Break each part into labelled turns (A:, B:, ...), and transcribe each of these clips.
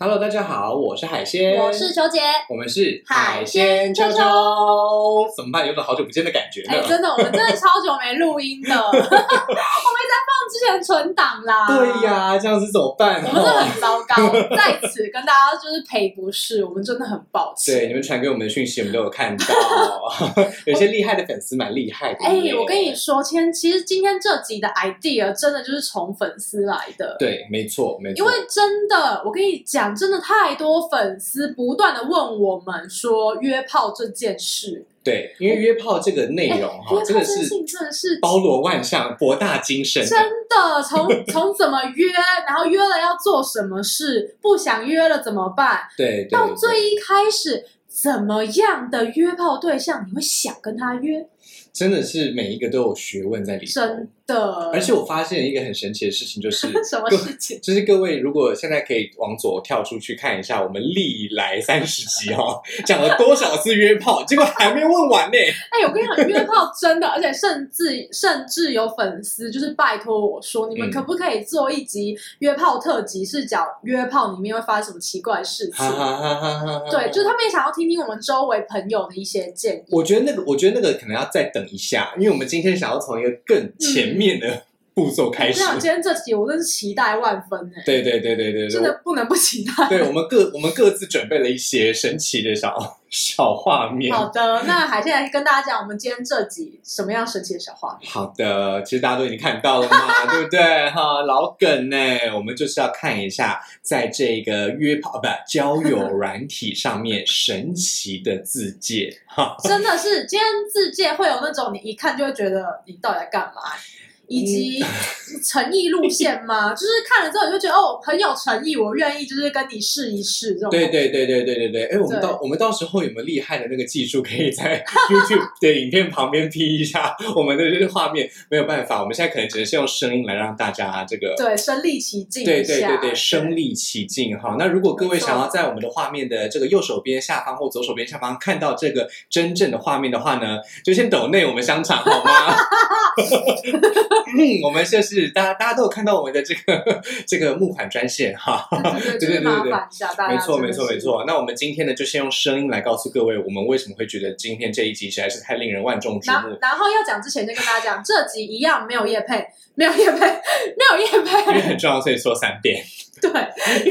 A: Hello，大家好，我是海鲜，
B: 我是球姐。
A: 我们是
B: 海鲜啾
A: 啾，怎么办？有种好久不见的感觉呢。
B: 哎、真的，我们真的超久没录 音的，我们一直在放之前的存档啦。
A: 对、呀，这样子怎么办、
B: 我们真的
A: 哦？
B: 很糟糕，在此跟大家就是赔不是，我们真的很抱
A: 对，
B: 歉。
A: 你们传给我们的讯息，我们都有看到。 有些厉害的粉丝蛮厉害的。
B: 哎、
A: 对不对
B: 我跟你说，天，其实今天这集的 idea 真的就是从粉丝来的。
A: 对，没错，没错。
B: 因为真的，我跟你讲，真的太多粉丝不断的问我们说约炮这件事，
A: 对，因为约炮这个内容
B: 哎约
A: 哈，
B: 炮
A: 真
B: 这
A: 的
B: 件
A: 是
B: 事情真的是
A: 包罗万象、博大精深。
B: 真的，从从怎么约，然后约了要做什么事，不想约了怎么办？
A: 对，对
B: 到
A: 对
B: 最一开始，怎么样的约炮对象你会想跟他约？
A: 真的是每一个都有学问在里头。
B: 真的，
A: 而且我发现一个很神奇的事情，就是
B: 什么 事情？
A: 就是各位，如果现在可以往左跳出去看一下，我们历来三十集哦， 讲了多少次约炮，结果还没问完呢。
B: 哎、我跟你讲，约炮真的，而且甚至甚至有粉丝就是拜托我说，你
A: 嗯
B: 们可不可以做一集约炮特辑，是讲约炮里面会发生什么奇怪的事
A: 哈
B: 情？
A: 哈哈哈哈哈！
B: 对，就是他们也想要听听我们周围朋友的一些建议。
A: 我觉得那个，我觉得那个可能要再等一下，因为我们今天想要从一个更前面的步骤开
B: 嗯我
A: 始。
B: 想今天这集我真是期待万分哎、
A: 对对对对对
B: 真
A: 对，
B: 的不能不期待。
A: 对我们各我们各自准备了一些神奇的小小画面。
B: 好的，那海现在跟大家讲，我们今天这集什么样神奇的小画面？
A: 好的，其实大家都已经看到了嘛，对不对？哈，老梗呢，我们就是要看一下，在这个约炮啊不交友软体上面神奇的字界哈。
B: 真的是今天自介会有那种你一看就会觉得你到底在干嘛，以及诚意路线吗？就是看了之后你就觉得哦，很有诚意，我愿意就是跟你试一试这种。
A: 对。对对对对对对，哎，我们
B: 对
A: 到我们到时候有没有厉害的那个技术，可以在 YouTube 的影片旁边 P 一下我们的这个画面？没有办法，我们现在可能只能是用声音来让大家这个
B: 对，身临其境一
A: 对对
B: 下
A: 对对，身临其境哈。那如果各位
B: 没错
A: 想要在我们的画面的这个右手边下方或左手边下方看到这个真正的画面的话呢，就先抖内我们商场好 吗？嗯，我们就是大家大家都有看到我们的这个这个募款专线哈。对对
B: 对对对，就是麻
A: 对对
B: 烦一下大家。
A: 没错，没错，没。错。那我们今天呢，就先用声音来告诉各位，我们为什么会觉得今天这一集实在是太令人万众瞩
B: 然
A: 目，
B: 然后要讲之前，先跟大家讲，这集一样没有叶配，没有叶配，没有叶
A: 因为
B: 配，
A: 很重要，所以说三 遍。
B: 对，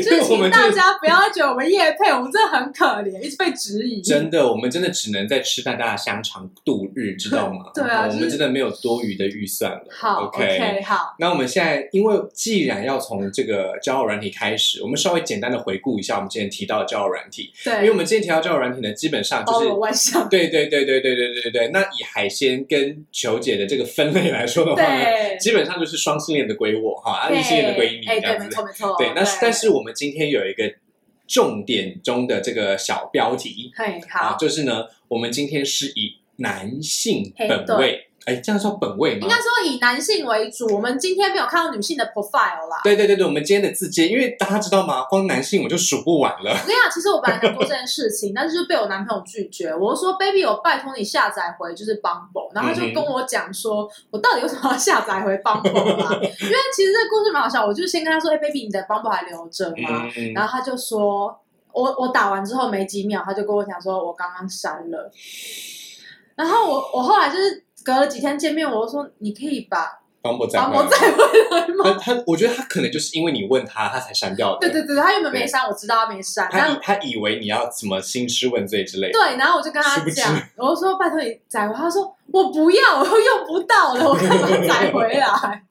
B: 就
A: 因为
B: 是
A: 我们真
B: 请大
A: 的
B: 家不要觉得我们叶配，我们真的很可怜，一直被质疑。
A: 真的，我们真的只能在吃大大的香肠度 日，知道吗？哦
B: 对啊
A: 我
B: 就
A: 们
B: 是
A: 真的没有多余的预算了。
B: 好
A: OK。
B: 好，
A: 那我们现在，因为既然要从这个交友软体开始，我们稍微简单的回顾一下我们之前提到的交友软体，
B: 对，哦
A: 因为我们之前提到交友软体呢，基本上就
B: 包
A: 是
B: 罗 万象，
A: 对对对对对对对对对。那以海鲜跟球姐的这个分类来说的话呢，
B: 对，
A: 基本上就是双性恋的归我哈，啊，异性恋的归你这
B: 哎，对，
A: 样
B: 没
A: 子。
B: 错没错，
A: 对，那是但是我们今天有一个重点中的这个小标题，
B: 嘿，
A: 啊，
B: 好，
A: 就是呢，我们今天是以男性
B: 嘿
A: 本位，哎，这样叫本位吗
B: 应该？说以男性为主，我们今天没有看到女性的 profile 啦。
A: 对对对对，我们今天的字节，因为大家知道吗？光男性我就数不完了。
B: 我跟你讲，其实我本来想做这件事情， 但是就被我男朋友拒绝。我就说：“baby，我拜托你下载回就是 Bumble。”然后他
A: 嗯
B: 就跟我讲说：“我到底为什么要下载回 Bumble 啊？” 因为其实这个故事蛮好笑，我就先跟他说：“哎、b a b y 你的 Bumble 还留着吗？”
A: 嗯，
B: 然后他就说：“我我打完之后没几秒，他就跟我讲说我刚刚删了。”然后我我后来就是隔了几天见面，我就说：“你可以把
A: 黄渤在
B: Bumble
A: 吗？
B: 再回来吗
A: 他他，我觉得他可能就是因为你问他，他才删掉？”的。
B: 对对对，他原本没
A: 对
B: 删，我知道他没删，但
A: 他以他以为你要什么兴师问罪之类的。
B: 对，然后我就跟他
A: 殊不知
B: 讲，我就说拜托你载回，他说我不要，我用不到了，我干嘛载回来？啊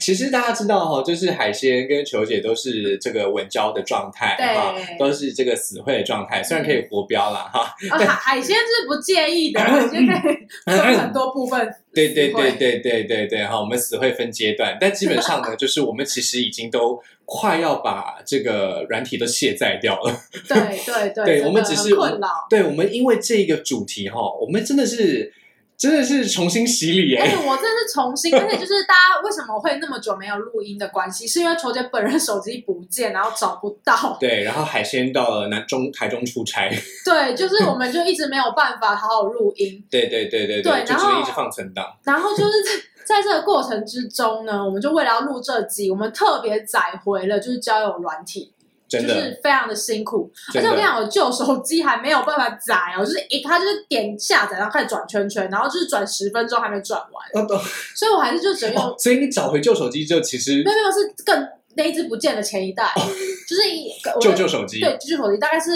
A: 其实大家知道哈、哦，就是海鲜跟球姐都是这个稳交的状态，
B: 对
A: 哈，都是这个死会的状态，虽然可以活标啦哈，
B: 啊，海海鲜是不介意的，海鲜可 以分很多部分。
A: 对对对
B: 会
A: 对对对对，哈，我们死会分阶段，但基本上 呢，就是我们其实已经都快要把这个软体都卸载掉了。
B: 对对对，
A: 对
B: 真的
A: 我们只
B: 很
A: 是
B: 困扰。
A: 对，我们因为这个主题哈，我们真的是真的是重新洗礼
B: 而
A: 哎、
B: 且我真的是重新，而且就是大家为什么会那么久没有录音的关系，是因为球姐本人手机不见，然后找不到。
A: 对，然后海鲜到了南中台中出差，
B: 对，就是我们就一直没有办法好好录音。
A: 对对对对
B: 对
A: 就
B: 然
A: 只
B: 后
A: 能一直放存档。
B: 然后就是在在这个过程之中呢，我们就为了要录这集，我们特别载回了就是交友软体。就
A: 真的，
B: 是非常的辛苦。
A: 真
B: 而且我
A: 的
B: 跟你讲，我旧手机还没有办法载哦，就是一它就是点下载，然后开始转圈圈，然后就是转十分钟还没转完，
A: 哦哦
B: 所以我还是就只能用
A: 哦所以你找回旧手机之后，其实
B: 没有没有是更那一只不见的前一代， 就是一我
A: 哦旧旧手机，
B: 对旧旧手机大概是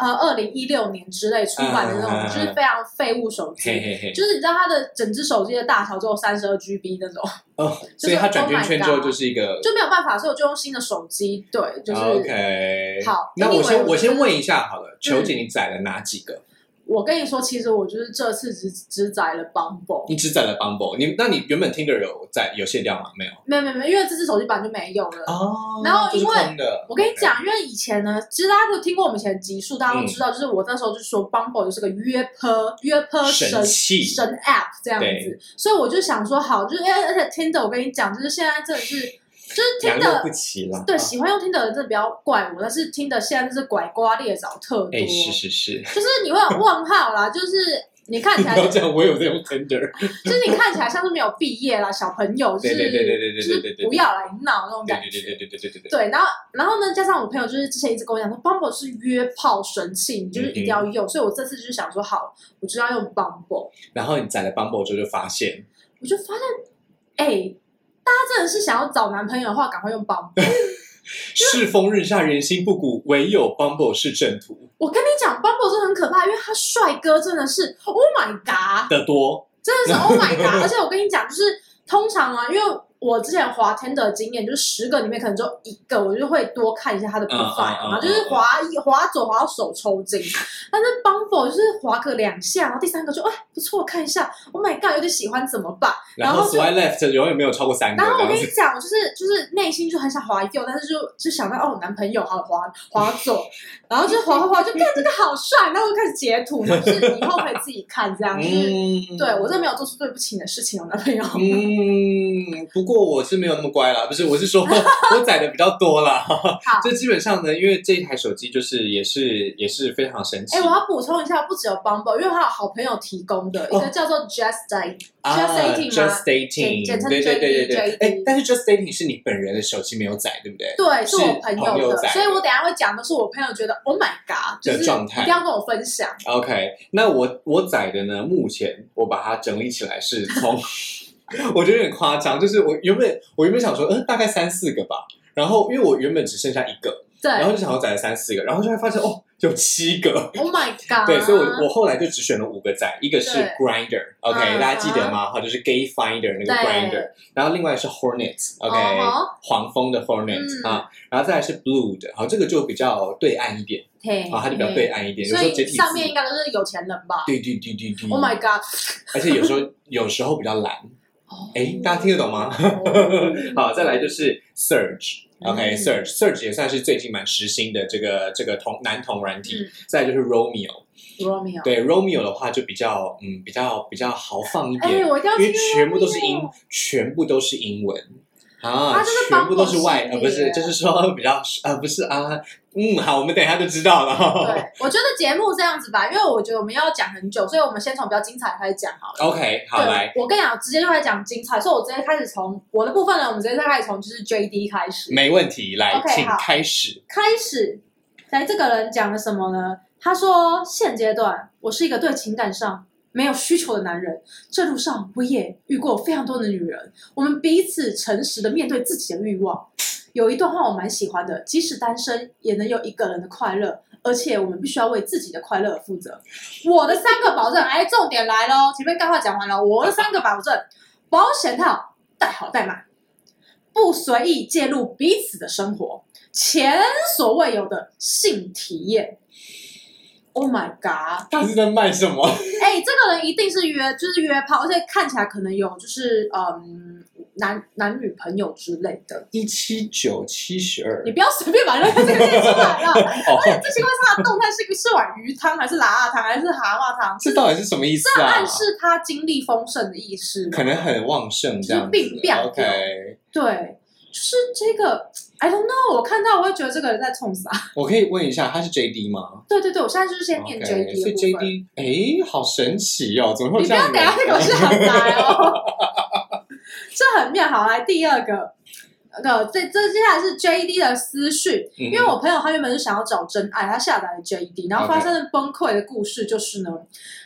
B: 呃二零一六年之类出版的那
A: 嗯嗯嗯嗯
B: 种，就是非常废物手
A: 嘿
B: 机。
A: 嘿嘿，
B: 就是你知道它的整只手机的大小只有三十二 GB 那种，
A: 哦，
B: 就是
A: 所以它转
B: Oh
A: 圈
B: my
A: 圈之后
B: God
A: 就是一个
B: 就没有办法，所以我就用新的手机。对，就是
A: 啊哦 OK。
B: 好
A: 那我
B: anyway，
A: 先
B: 我
A: 我
B: 觉
A: 先
B: 得嗯
A: 问一下好了，球姐你载了哪几个？
B: 我跟你说，其实我就是这次只只载了 Bumble，
A: 你只载了 Bumble，你那你原本 Tinder 有载有卸掉吗？没有
B: 没有没有没有，因为这只手机版就没有了。
A: 哦
B: 然后
A: 就是
B: 因为
A: 空的
B: 我跟你讲，因为以前呢，其实大家都听过我们以前的集数，大家
A: 嗯
B: 都知道，就是我那时候就说 Bumble 就是个约坡约坡
A: 神
B: 神
A: 器
B: 神 App 这样
A: 对
B: 子，所以我就想说，好，就是哎而且 Tinder，我跟你讲，就是现在真的是，就是
A: 两肉不啊
B: Tinder。
A: 齐哦啦。
B: 对，喜欢用 Tinder 的人真的不要怪我，但是 Tinder 现在就是拐瓜裂枣特多，
A: 哎、是是是，
B: 就是你会有问号啦，就是你看
A: 你
B: 起
A: 不
B: 来
A: 要
B: 就
A: 这样，我有在用 Tinder。
B: 就是你看起来像是没有毕业啦，小朋友，就是
A: 对对对对对对
B: 就
A: 对
B: 是
A: 对对
B: 不要来闹那种
A: 对
B: 感
A: 对
B: 觉
A: 对，对对对对对对。
B: 对，然后然后呢，加上我朋友就是之前一直跟我讲说，Bumble 是约炮神器，你就是一定要用，所以我这次就是想说，好，我就要用 Bumble，
A: 然后你载了 Bumble 之后就发现，
B: 我就发现，哎、大家真的是想要找男朋友的话，赶快用 Bumble。
A: 世风日下，人心不古，唯有 Bumble 是正途
B: 我跟你讲，Bumble 真的很可怕，因为他帅哥真的是，Oh my god，
A: 的多。
B: 真的是 Oh my god！而且我跟你讲，就是通常啊，因为我之前滑 Tinder 的经验，就是十个里面可能只有一个，我就会多看一下他的
A: 嗯嗯
B: profile，、
A: 嗯
B: 然后就是滑一滑左滑到手抽筋。但是 Bumble 就是滑个两下，然后第三个就哎不错，看一下，Oh my god，有点喜欢怎么办？
A: 然
B: 然
A: 后
B: 后就
A: Swipe Left 永远没有超过三个
B: 然后
A: 这
B: 我跟
A: 样
B: 你
A: 子。
B: 讲，我就是就是内心就很想滑右，但是就就想到哦，男朋友好滑滑左，然后就滑滑滑，就看这个好帅，然后我就开始截图，就是以后可以自己看这样。就是
A: 嗯
B: 对我真的没有做出对不起你的事情，哦我男朋友。
A: 嗯，不过我是没有那么乖啦，不是，我是 说我载的比较多啦。这基本上呢，因为这一台手机就是也是也是非常神奇。
B: 哎、我要补充一下，不只有 Bumble，因为还有好朋友提供的、
A: 哦
B: 一个叫做 Just Date，
A: 啊
B: Just dating 吗
A: Just
B: 简简
A: dating，
B: 称
A: 对对对对
B: JD
A: 对。哎，但是 Just dating 是你本人的手机没有载，对不对？
B: 对，是我
A: 朋
B: 朋
A: 友
B: 友的，
A: 仔
B: 所以我等一下会讲的是我朋友觉得 Oh my God，就
A: 的
B: 是
A: 状态
B: 一定要跟我分享。
A: OK，那我我载的呢，目前我把它整理起来是 从，我觉得有点夸张，就是我原本我原本想说，嗯、大概三四个吧，然后因为我原本只剩下一个，
B: 对
A: 然后就想要载了三四个，然后就会发现哦，有七个。
B: ，Oh my God，
A: 对，所以我我后来就只选了五个载，一个是
B: 对
A: Grinder，OK，、
B: 嗯
A: 大家记得吗？哈，就是 Gay Finder 那个
B: 对
A: Grinder，然后另外是 Hornets，OK，、
B: 哦
A: 黄蜂的 Hornet、s
B: 嗯
A: 啊，然后再来是 Blue 的，好，这个就比较对岸一点，
B: 嘿，
A: 啊，它就比较对岸一点，有
B: 哎所
A: 时候简
B: 以
A: 体
B: 上
A: 字
B: 面应该都是有钱人吧
A: 对对对对对。
B: ？Oh my God，
A: 而且有时候有时候比较懒。
B: 哦
A: 哎，大家听得懂吗？ 好，再来就是 Surge。
B: 嗯
A: OK，Surge，Surge、也算是最近蛮时兴的这个这个同男同软体。
B: 嗯
A: 再来就是 Romeo，
B: ，Romeo，
A: 对 Romeo 的话就比较嗯比较比较豪放一
B: 哎、
A: 点，
B: 我一定要
A: 因为
B: 听
A: 全部都是
B: Romeo
A: 英，全部都是英文啊
B: 它就是
A: 全部都是
B: 帮我
A: 外
B: 系
A: 呃不是，
B: 列
A: 就是说比较呃不是啊嗯好，我们等一下就知道了。
B: 对，我觉得节目这样子吧，因为我觉得我们要讲很久，所以我们先从比较精彩的开始讲好了。
A: OK，好
B: 对，
A: 来，
B: 我跟你讲，直接就开始讲精彩，所以我直接开始从我的部分呢，我们直接再开始从就是 JD 开始，
A: 没问题，来
B: OK，
A: 请
B: 好
A: 开始。
B: 开始，来这个人讲了什么呢？他说现阶段我是一个对情感上没有需求的男人，这路上我也遇过非常多的女人，我们彼此诚实的面对自己的欲望。有一段话我蛮喜欢的，即使单身也能有一个人的快乐，而且我们必须要为自己的快乐而负责。我的三个保证，哎，重点来喽！前面干话讲完了，我的三个保证：保险套带好带满，不随意介入彼此的生活，前所未有的性体验。Oh my god！
A: 他是在卖什么？
B: 哎、这个人一定是约，就是约炮，而且看起来可能有就是嗯男男女朋友之类的。
A: 一七九七十二
B: 你不要随便把人家这个念出来了。
A: 哦，
B: 这奇怪，他的动态是是碗鱼汤，还是喇叭汤，还是蛤蟆汤？
A: 这到底是什么意思
B: 这
A: 啊？
B: 暗示他精力丰盛的意思吗。
A: 可能很旺盛这样子。
B: 就是病变
A: OK，
B: 对，就是这个，I don't know。我看到我会觉得这个人在冲啥。
A: 我可以问一下，他是 JD 吗
B: 对对对，我现在就是先念
A: OK，
B: JD
A: 所
B: 的
A: 以
B: 部分。
A: JD，哎，好神奇哦，怎么会有
B: 你不
A: 这
B: 要
A: 样
B: 等
A: 的人？
B: 一 下再给我下载哦，这很妙。好，来第二个，呃，这这接下来是 JD 的私讯，
A: 因
B: 因为我朋友他原本是想要找真爱，他下载了 JD，然后发生了崩溃的故事，就是呢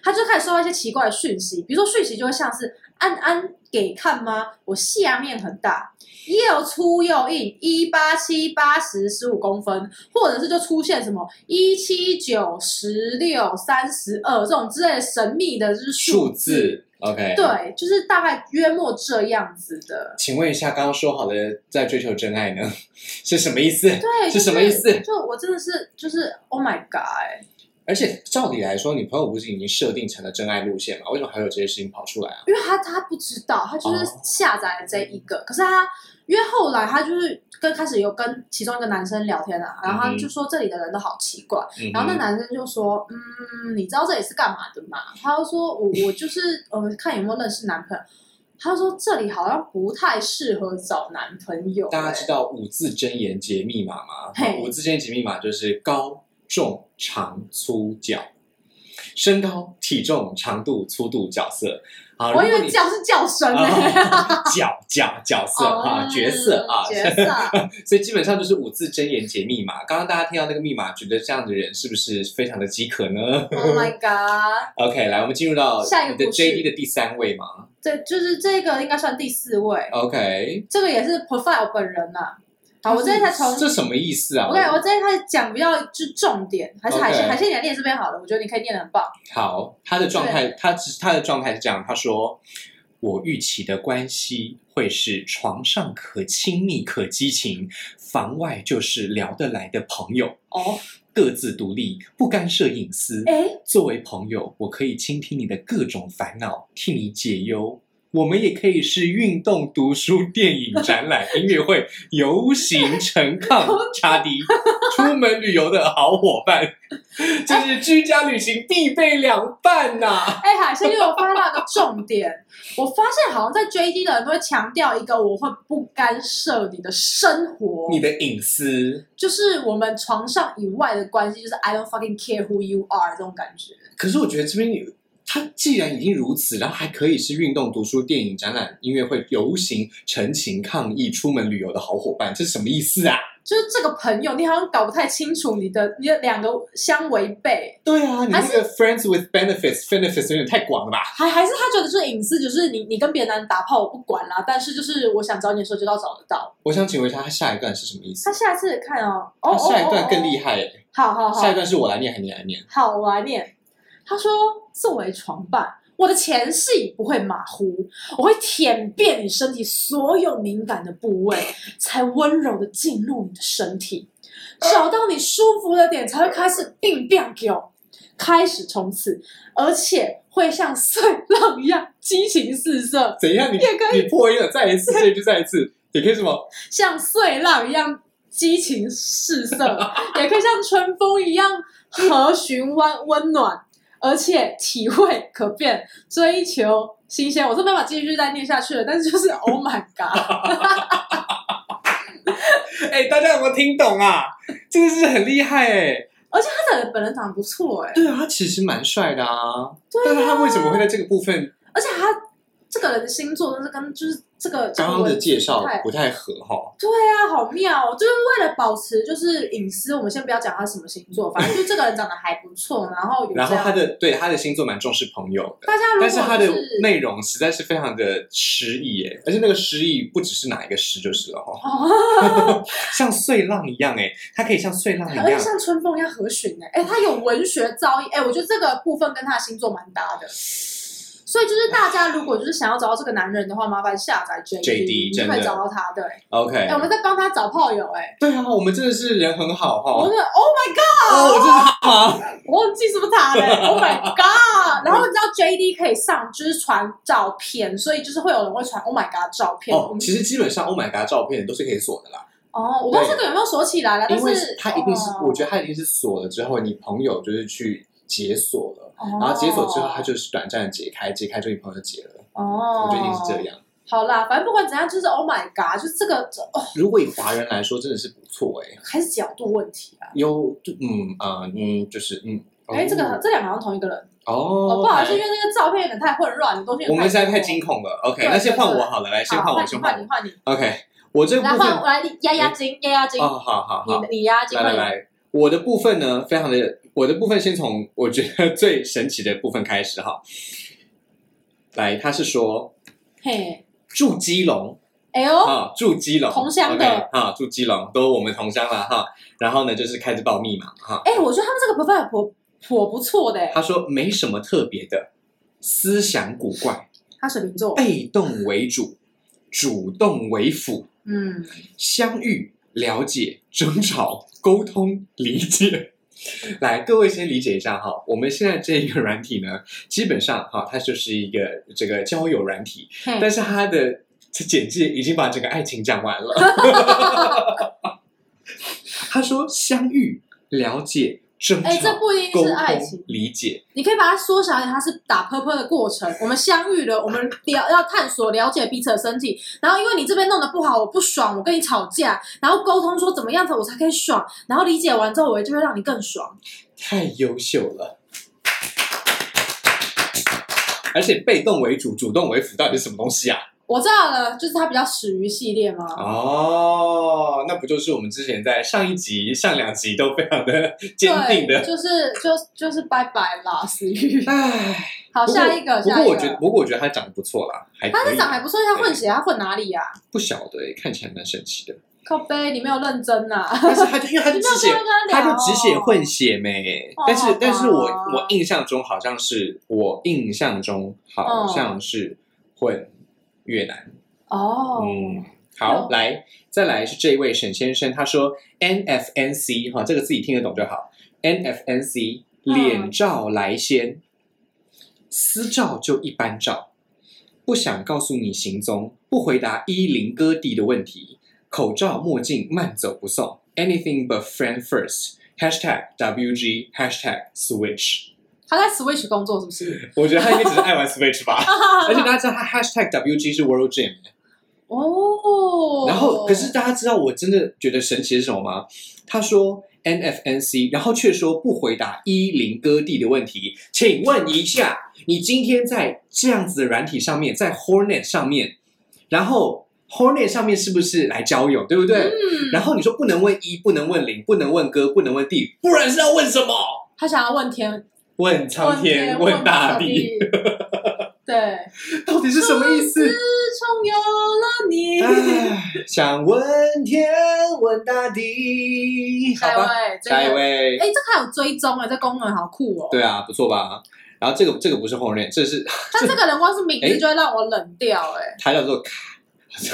B: 他就开始收到一些奇怪的讯息，比如说讯息就会像是“安安给看吗？我下面很大，又粗又硬，一八七八十十五公分”，或者是就出现什么一七九十六三十二这种之类的神秘的，就是
A: 数
B: 字。
A: 字 OK，，
B: 对，就是大概约莫这样子的。
A: 请问一下，刚刚说好的在追求真爱呢，是什么意思？
B: 对，
A: 是什么意思
B: 就是就我真的是就是 Oh my God！哎
A: 而且照理来说，你朋友不是已经设定成了真爱路线吗？为什么还有这些事情跑出来啊？
B: 因为他他不知道，他就是
A: 哦
B: 下载了这一个，可是他因为后来他就是跟开始有跟其中一个男生聊天啊，然后
A: 嗯
B: 他
A: 哼
B: 就说这里的人都好奇怪，
A: 嗯哼
B: 然后那男生就说，嗯，你知道这里是干嘛的吗？他就说我 我就是呃看有没有认识男朋友，他就说这里好像不太适合找男朋友、
A: 大家
B: 欸
A: 知道五字真言解密码吗
B: 嘿？
A: 五字真言解密码就是高、重、长、粗、脚。身高、体重、长度、粗度、角色。啊，
B: 我以
A: 如果
B: 为
A: 你
B: 叫是叫声呢、
A: 啊， 角角角色啊，
B: 哦
A: 角色啊，
B: 角色，
A: 所以基本上就是五字真言解密码。刚刚大家听到那个密码，觉得这样的人是不是非常的饥渴呢
B: Oh my god！
A: ？OK，来，我 们进入到
B: 下一
A: 你的
B: 个故事
A: JD 的第三位嘛。
B: 这就是这个应该算第四位，
A: OK，
B: 这个也是 profile 本人呐、好，我这才从
A: 这什么意思啊？
B: 我感觉我这一开始讲比较就是重点，还是海鲜
A: OK
B: 海鲜你来念这边好了，我觉得你可以念的很棒。
A: 好，他的状态，他只他的状态是这样，他说：“我预期的关系会是床上可亲密可激情，房外就是聊得来的朋友，
B: 哦，
A: 各自独立，不干涉隐私。
B: 哎，
A: 作为朋友，我可以倾听你的各种烦恼，替你解忧。”我们也可以是运动、读书、电影、展览、音乐会、游行、陈抗、插迪，出门旅游的好伙伴，这是居家旅行必备凉拌呐、
B: 哎，海鲜，因为我发现到一个重点， 我发现好像在 JD 的人都会强调一个，我会不干涉你的生活，
A: 你的隐私。
B: 就是我们床上以外的关系，就是 I don't fucking care who you are 这种感觉。
A: 可是我觉得这边有，他既然已经如此，然后还可以是运动、读书、电影、展览、音乐会、游行、陈情、抗议、出门旅游的好伙伴，这是什么意思啊？
B: 就是这个朋友，你好像搞不太清楚你的你的两个相违背，
A: 对啊，你那
B: 还是
A: 个 friends with benefits benefits 有点太广了吧？
B: 还还是他觉得就是隐私，就是你你跟别的男人打炮我不管啦，但是就是我想找你的时候就要找得到。
A: 我想请问一下，他下一段是什么意思？
B: 他下一次看哦，
A: 他
B: 哦哦，
A: 下一段更厉
B: 害。
A: 害耶，
B: 好好好
A: 下一，段是我来念还是你来念？
B: 好，我来念。他说，作为床伴，我的前戏不会马虎，我会舔遍你身体所有敏感的部位，才温柔的进入你的身体，找到你舒服的点，才会开始并变我，开始冲刺，而且会像碎 浪一样激情四射，
A: 怎样？你
B: 也可以
A: 你破音了，再一次，这一句再一次，也可以什么？
B: 像碎浪一样激情四射，也可以像春风一样和煦温温暖，而且体味可变，追求新鲜。我是没办法继续再念下去了，但是就是 Oh my God！
A: 哎、大家有没有听懂啊？这个是很厉害哎、
B: 而且他的本人长得不错哎、
A: 对啊，他其实蛮帅的啊，
B: 对啊
A: 但是他为什么会在这个部分
B: 而且他这个人的星座真是跟就是这个
A: 刚刚的介绍
B: 不太
A: 不太合哈？
B: 对啊，好妙、哦！就是为了保持就是隐私，我们先不要讲他什么星座，反正就这个人长得还不错，然后有这
A: 然
B: 样
A: 后他的对他的星座蛮重视朋友的，
B: 大家如果、
A: 但
B: 就是
A: 他的 内容实在是非常的诗意耶，而且那个诗意不只是哪一个诗就是了哈，
B: 哦。
A: 像碎浪一样哎，他可以像碎浪一
B: 而且
A: 样。
B: 像春风一样和煦呢、哎、他有文学造诣，哎、我觉得这个部分跟他的星座蛮搭的。所以就是大家如果就是想要找到这个男人的话，麻烦下载 JD，,
A: JD
B: 你就
A: 真
B: 可
A: 的
B: 以找到他。对，哎、
A: OK，、
B: 我们在帮他找炮友、哎，
A: 对啊，我们真的是人很好
B: 我
A: 哈。
B: 们 Oh my God，
A: 哦，我真的 好，
B: 我忘记是不是他了、o h my God！然后你知道 JD 可以上就是传照片，所以就是会有人会传 Oh my God 照片。
A: 哦，其实基本上 Oh my God 照片都是可以锁的啦，
B: 哦，我不知道
A: 对
B: 这个有没有锁起来了，呃但
A: 因为
B: 是
A: 它一定是，
B: 哦、
A: 我觉得它一定是锁了之后，你朋友就是去解锁了，
B: 哦，
A: 然后解锁之后，它就是短暂的解开，解开就你朋友就解了，
B: 哦，
A: 我觉得一定是这。样。
B: 好啦，反正不管怎样，就是 Oh my God，就是这个这哦，
A: 如果以华人来说，真的是不错哎，
B: 还是角度问题啊。
A: 有就嗯呃嗯，就是嗯，
B: 哎、
A: 哦
B: 这个这两个好像同一个人。
A: 哦
B: 哦，，不好意思，因
A: OK
B: 为那个照片有点太混乱，东西有
A: 我
B: 点
A: 们实在太
B: 多
A: 惊恐了。OK，
B: 对
A: 那先换
B: 对
A: 我
B: 对
A: 好了，来，先
B: 好，
A: 换我，
B: 换
A: 先
B: 你
A: 换
B: 换
A: 我
B: 你。换你。
A: OK，我这个
B: 来
A: 部
B: 换
A: 分
B: 我来压压惊，压压惊，
A: 哦，好好好
B: 你，你压惊
A: 来来来，我的部分呢，非常的，我的部分先从我觉得最神奇的部分开始哈。来，他是说
B: 嘿，
A: 住基隆
B: 哎呦，
A: 啊，住基隆，
B: 同乡的
A: OK，啊，住基隆，都我们同乡了哈。然后呢，就是开始报密码哈。
B: 哎，我觉得他们这个 profile 颇颇不错的，欸
A: 他说没什么特别的，思想古怪，
B: 他水瓶座，
A: 被动为主，主动为辅，
B: 嗯，
A: 相遇、了解、争吵、沟通、理解。来，各位先理解一下哈，我们现在这一个软体呢，基本上哈，它就是一个这个交友软体，
B: 嘿
A: 但是它的简介已经把整个爱情讲完了。 他说相遇、了解、争吵、
B: 哎这不一定是
A: 沟通
B: 爱情
A: 理解，
B: 你可以把它缩小一点，它是打喷喷的过程。我们相遇了，我们了要探索了解彼此的身体，然后因为你这边弄得不好，我不爽，我跟你吵架，然后沟通说怎么样子我才可以爽，然后理解完之后，我就会让你更爽。
A: 太优秀了。而且被动为主，主动为辅，到底是什么东西啊？
B: 我知道了，就是它比较始于系列吗？
A: 哦，那不就是我们之前在上一集、上两集都非常的坚定
B: 对
A: 的？
B: 就是就就是拜拜啦，死鱼。
A: 唉，
B: 好，
A: 不过
B: 下一个，
A: 不
B: 下
A: 过
B: 一
A: 我觉得，
B: 个。
A: 不过我觉得他长得不错啦，还可
B: 他
A: 以。
B: 是长还不错，他混血，他混哪里啊？
A: 不晓得耶，看起来蛮神奇的。
B: 靠背，你没有认真呐、
A: 但是他就因为他就
B: 你没
A: 只
B: 有
A: 写
B: 跟， 他聊、
A: 他就
B: 哦，
A: 只写混血妹
B: 哦。
A: 但是
B: 好吧
A: 但是我我印象中好像是我印象中好
B: 嗯
A: 像是混越南。
B: 哦，
A: 嗯，好，
B: 有
A: 来，再来是这一位沈先生，他说 NFNC 哈，这个自己听得懂就好。NFNC
B: 嗯
A: 脸照来先，私照就一般照，不想告诉你行踪，不回答一零哥弟的问题，口罩墨镜慢走不送，anything but friend first。#hashtag WG #hashtag Switch，
B: 他在 Switch 工作是不是？
A: 我觉得他应该只是爱玩 Switch 吧，而且大家知道他 #hashtag WG 是 World Gym，
B: 哦，
A: 然后，可是大家知道我真的觉得神奇的是什么吗？他说 NFNC，然后却说不回答一零哥弟的问题。请问一下，你今天在这样子的软体上面，在 Hornet 上面，然后 Hornet 上面是不是来交友，对不对？
B: 嗯，
A: 然后你说不能问一，不能问零，不能问哥，不能问弟，不然是要问什么？
B: 他想要问天，
A: 问苍天，问大 地，，
B: 对，
A: 到底是啊什么意思？
B: 自从有了
A: 嗯
B: 你，
A: 唉，想问天，问大地，好
B: 下一
A: 吧。
B: 位，这个
A: 下一，位，
B: 哎，这个还有追踪哎，这功能好酷哦。
A: 对啊，不错吧？然后这个这个不是红人，这是
B: 但这个人光是名
A: 哎
B: 字就会让我冷掉哎，
A: 他叫做凯，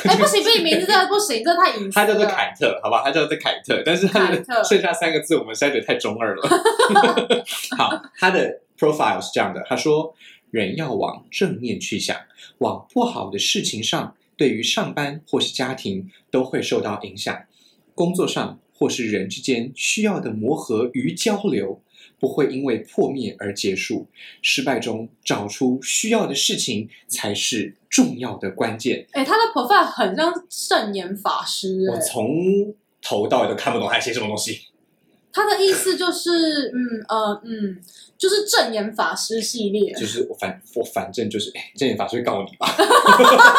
B: 哎，不行，不行，名字这个不行，这太隐私
A: 他
B: 了。
A: 叫做凯特，好吧？他叫做凯特，但是他的
B: 凯特
A: 剩下三个字我们筛的太中二 了。好，他的 profile 是这样的，他说人要往正面去想，往不好的事情上，对于上班或是家庭都会受到影响，工作上或是人之间需要的磨合与交流。不会因为破灭而结束，失败中找出需要的事情才是重要的关键。
B: 哎，他的 profile 很像圣言法师
A: 我
B: 哎，
A: 从头到尾都看不懂他写什么东西。
B: 他的意思就是，嗯呃嗯，就是正言法师系列。
A: 就是我反我反正就是，哎，正言法师会告你吧？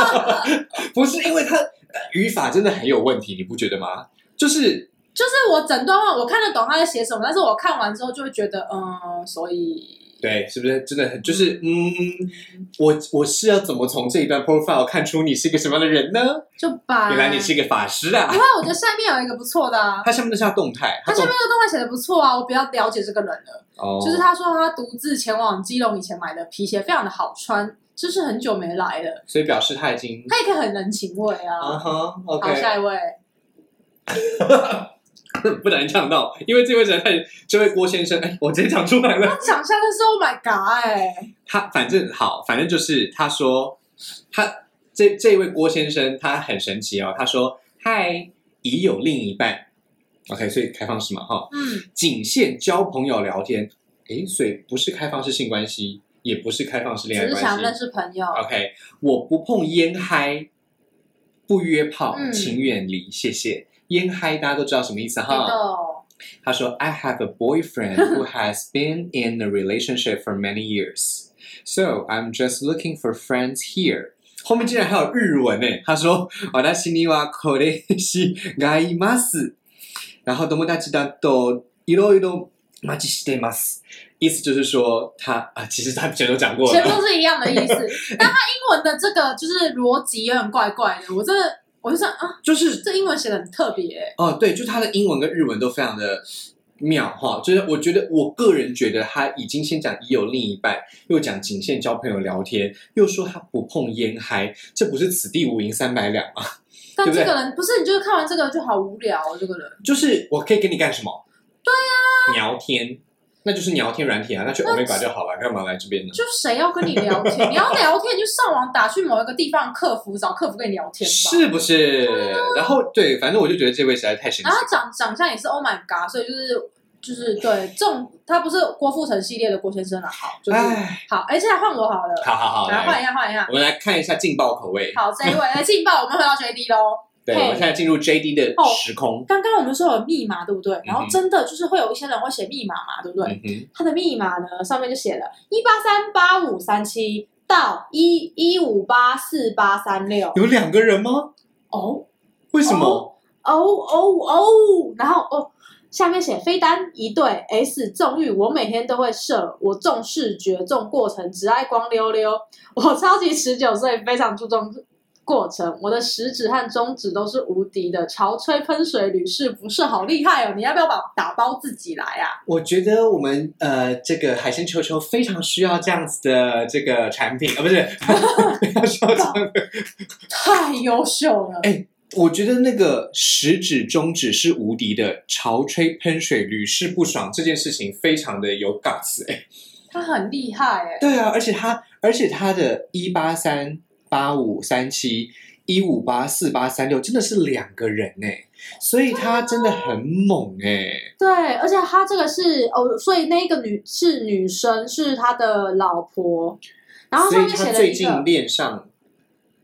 A: 不是因为他呃语法真的很有问题，你不觉得吗？就是
B: 就是我整段话我看得懂他在写什么，但是我看完之后就会觉得，嗯，所以
A: 对，是不是真的很就是嗯，我我是要怎么从这一段 profile 看出你是一个什么样的人呢？
B: 就把
A: 原来你是一个法师啊
B: 不！过我觉得下面有一个不错的、啊，
A: 他下面那是他动态，
B: 他
A: 动
B: 下面这个动画写的不错啊，我比较了解这个人了。
A: 哦，
B: 就是他说他独自前往基隆以前买的皮鞋非常的好穿，就是很久没来了，
A: 所以表示他已经
B: 他也可以很人情味
A: 嗯啊
B: 啊。
A: 哈
B: 好，
A: OK，
B: 下一位，
A: 不能呛到，因为这位实在太这位郭先生，哎，我直接讲出来了。
B: 他讲下的是 Oh my God，哎、
A: 他反正好，反正就是他说他这这位郭先生他很神奇哦，他说嗨，已有另一半，OK，所以开放式嘛哈，
B: 嗯，
A: 仅限交朋友聊天，诶，所以不是开放式性关系，也不是开放式恋爱
B: 只是想
A: 关
B: 认
A: 系
B: 识朋友。
A: ，OK，我不碰烟嗨，不约炮，
B: 嗯
A: 请远离，谢谢。烟嗨大家都知道什么意思哈，
B: 黑豆，
A: 他说：“I have a boyfriend who has been in a relationship for many years, so I'm just looking for friends here. 后面竟然还有日文呢。他说：“我的心里はこれしがいます。” 然后友達だといろいろ待ちしてます。意思就是说他啊，其实他全都讲过
B: 全部
A: 了。
B: 都是一样的意思。 但他英文的这个就是逻辑有点怪怪的，我真的我就想啊，
A: 就是
B: 这英文写的很特别、欸
A: 哦，对，就他的英文跟日文都非常的妙哈。就是我觉得，我个人觉得他已经先讲已有另一半，又讲仅限交朋友聊天，又说他不碰烟嗨，这不是此地无银三百两吗？
B: 但
A: 对不
B: 这
A: 对
B: 个人不是，你就是看完这个就好无聊、哦，这个人。
A: 就是我可以跟你干什么？对呀、聊天，那就是聊天软体啊，那去
B: 啊那
A: Omega 就好了，干嘛来这边呢？
B: 就谁要跟你 聊天？你要聊天，你就上网打去某一个地方客服，找客服跟你聊天吧。
A: 是不是？然后对，反正我就觉得这位实在太神奇
B: 然后他
A: 了。
B: 长长相也是 Oh my God，所以就是就是对这种，他不是郭富城系列的郭先生了，好就是
A: 哎，
B: 好，哎，现在换我好了，
A: 好好好，
B: 来换
A: 来，
B: 一下换一下，
A: 我们来看一下劲爆口味。
B: 好这一位来劲爆，我们回到 JD 喽。
A: 对，
B: 嘿
A: 我们现在进入 JD 的
B: 哦
A: 时空。
B: 刚刚我们说有密码对不对？然后
A: 嗯哼
B: 真的就是会有一些人会写密码嘛，对不对？
A: 嗯哼，
B: 它的密码呢，上面就写了一八三八五三七到一一五八四八三六。
A: 有两个人吗？
B: 哦
A: 为什么？
B: 哦哦哦，然后哦，下面写飞单一对 S 纵欲，我每天都会射，我重视觉，重过程，只爱光溜溜。我超级持久，所以非常注重过程。我的食指和中指都是无敌的，潮吹喷水屡试不是，好厉害哦！你要不要把打包自己来啊？
A: 我觉得我们呃，这个海鲜球球非常需要这样子的这个产品啊，不是， 不要说这样的
B: 太优秀了！
A: 哎我觉得那个食指、中指是无敌的，潮吹喷水屡试不爽这件事情非常的有 guts 哎、
B: 他很厉害哎、
A: 对啊，而且他，而且他的一八三八五三七一五八四八三六真的是两个人哎、所以他真的很猛哎、
B: 对，而且他这个是哦，所以那个女是女生，是他的老婆。然后
A: 所
B: 上
A: 以
B: 面
A: 他
B: 写了
A: 最
B: 一个
A: 近恋上，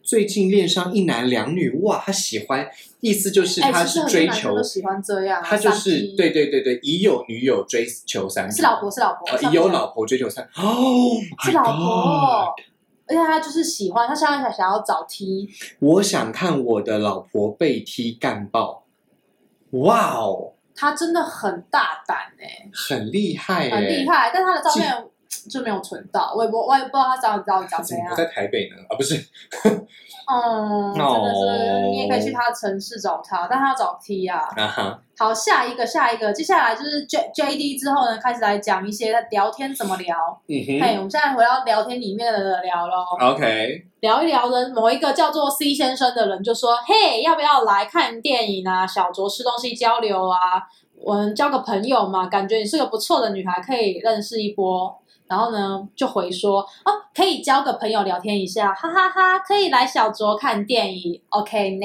A: 最近恋上一男两女哇，他喜欢，意思就是
B: 哎，
A: 他是
B: 其实很多
A: 追
B: 男生
A: 求，
B: 都喜欢这样啊，
A: 他就
B: 三
A: 是
B: P
A: 对对对对，已有女友追求三 P
B: 是老婆是老婆，
A: 呃，
B: 上面
A: 有
B: 讲
A: 老婆追求三哦，
B: 是老婆，而且他就是喜欢，他现在想要找 T，
A: 我想看我的老婆被踢干爆，哇哦，
B: 他真的很大胆哎，
A: 很厉害耶！
B: 很厉害，但他的照片就没有存到，我也不我也不知道他长得到底
A: 他
B: 长
A: 怎
B: 怎
A: 么
B: 样
A: 不，在台北呢？啊，不是，
B: 嗯，真的是你也可以去
A: 哦
B: 他的城市找他，但他要找 T 啊。
A: 啊哈，
B: 好，下一个下一个，接下来就是 J J D 之后呢，开始来讲一些聊天怎么聊。
A: 嗯
B: 嘿、
A: 哼
B: 我们现在回到聊天里面的聊喽。
A: ，OK，
B: 聊一聊的某一个叫做 C 先生的人就说：“嘿，要不要来看电影啊？小酌吃东西交流啊，我们交个朋友嘛，感觉你是个不错的女孩，可以认识一波。”然后呢，就回说：“哦，可以交个朋友聊天一下，哈哈哈可以来小酌看电影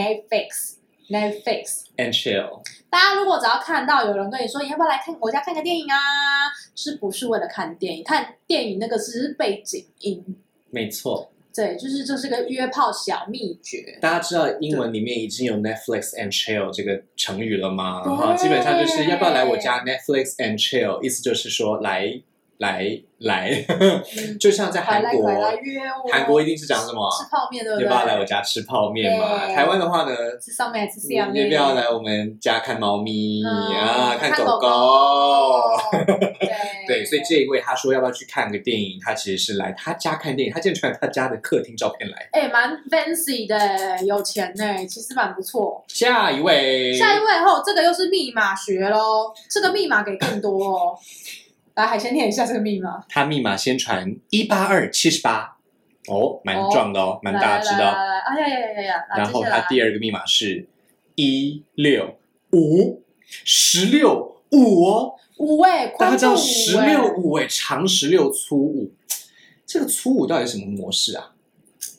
B: ，OK，Netflix，Netflix、
A: ，and chill，
B: 大家如果只要看到有人跟你说你要不要来看我家看个电影啊，是不是为了看电影？看电影那个只是背景音，
A: 没错，
B: 对，就是这是个约炮小秘诀。
A: 大家知道英文里面已经有 Netflix and chill 这个成语了吗？
B: 对
A: 哈，基本上就是要不要来我家 Netflix and chill，意思就是说来来来，
B: 嗯
A: 就像在
B: 快
A: 韩
B: 来
A: 国
B: 快，来约我，
A: 韩国一定是讲什么？啊
B: 吃泡面对不
A: 要
B: 对？
A: 不要来我家吃泡面嘛？
B: 对
A: 台湾的话呢，
B: 吃上面还是吃
A: 要
B: 下面？
A: 不要来我们家看猫咪、
B: 嗯
A: 啊？
B: 看
A: 狗
B: 狗
A: 狗。
B: 哦对
A: 哦对，所以这一位他说要不要去看个电影？他其实是来他家看电影，他竟然传他家的客厅照片来。
B: 哎、蛮 fancy 的，有钱呢，其实蛮不错。
A: 下一位，
B: 下一位后，这个又是密码学喽，这个密码给更多 哦。来，海先念一下这个密码，
A: 他密码先传一八二七十八，哦，蛮壮的哦，蛮大只的
B: 来
A: 哦。
B: 来来来，哎呀呀呀呀！来
A: 然后
B: 接下
A: 他
B: 来
A: 第二个密码是一六五十六五哦，
B: 五位，
A: 大
B: 宽
A: 家知道
B: 度
A: 十
B: 五
A: 六
B: 位，
A: 五哎，长十六粗五，这个粗五到底什么模式啊？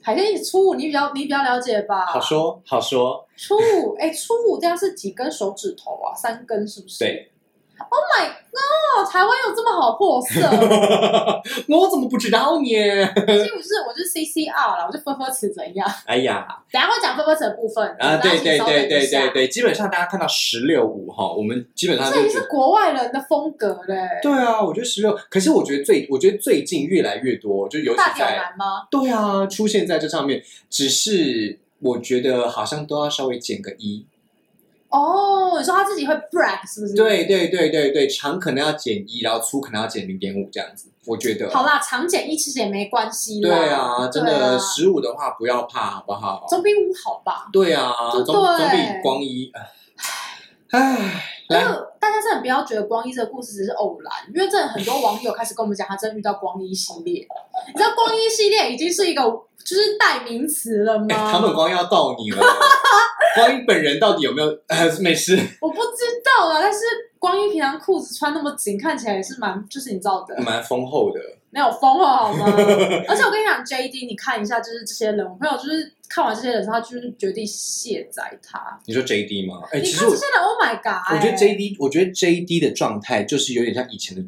B: 海先你初五你比较你比较了解吧？
A: 好说好说，
B: 初五，哎，初五这样是几根手指头啊？三根是不是？
A: 对
B: Oh my 有台湾有这么好货色？ 毕
A: 我怎么不知道呢？
B: 竟不是我就是 CCR 啦，我就分分词怎样？
A: 哎呀，
B: 等一下会讲分分词的部分
A: 啊，对对对对。
B: 大家请稍
A: 对
B: 等一下
A: 对，基本上大家看到十六五哈，我们基本上
B: 这
A: 就
B: 已
A: 觉
B: 经
A: 得
B: 是国外人的风格嘞，
A: 对啊，我觉得十六，可是我觉得最，我觉得最近越来越多，就尤其
B: 大屌
A: 在
B: 男吗？
A: 对啊，出现在这上面，只是我觉得好像都要稍微减个一，
B: 哦，你说他自己会 brag 是不是？，
A: 对对对对对，长可能要减一，然后粗可能要减零点五这样子，我觉得。
B: 好啦，长减一其实也没关系啦。
A: 对啊，真
B: 对
A: 的
B: 啊
A: 十五的话不要怕，好不好？
B: 总比五好吧？
A: 对啊，
B: 对
A: 总总比光一，唉唉，
B: 但
A: 来
B: 是大家真的不要觉得光一这个故事只是偶然，因为真的很多网友开始跟我们讲，他真的遇到光一系列。你知道光一系列已经是一个就是代名词了吗？
A: 哎唐本光要到你 了，光一本人到底有没有？呃，没事，
B: 我不知道啊，但是光一平常裤子穿那么紧，看起来也是蛮就是你知道的，
A: 蛮丰厚的。
B: 没有疯了好 吗？而且我跟你讲，JD，你看一下，就是这些人，我朋友就是看完这些人之后，他就是决定卸载他。
A: 你说 JD 吗？哎，
B: 你
A: 其
B: 看
A: 实我
B: 这些人，Oh my god！
A: 我觉得 JD，我觉得 JD 的状态就是有点像以前的，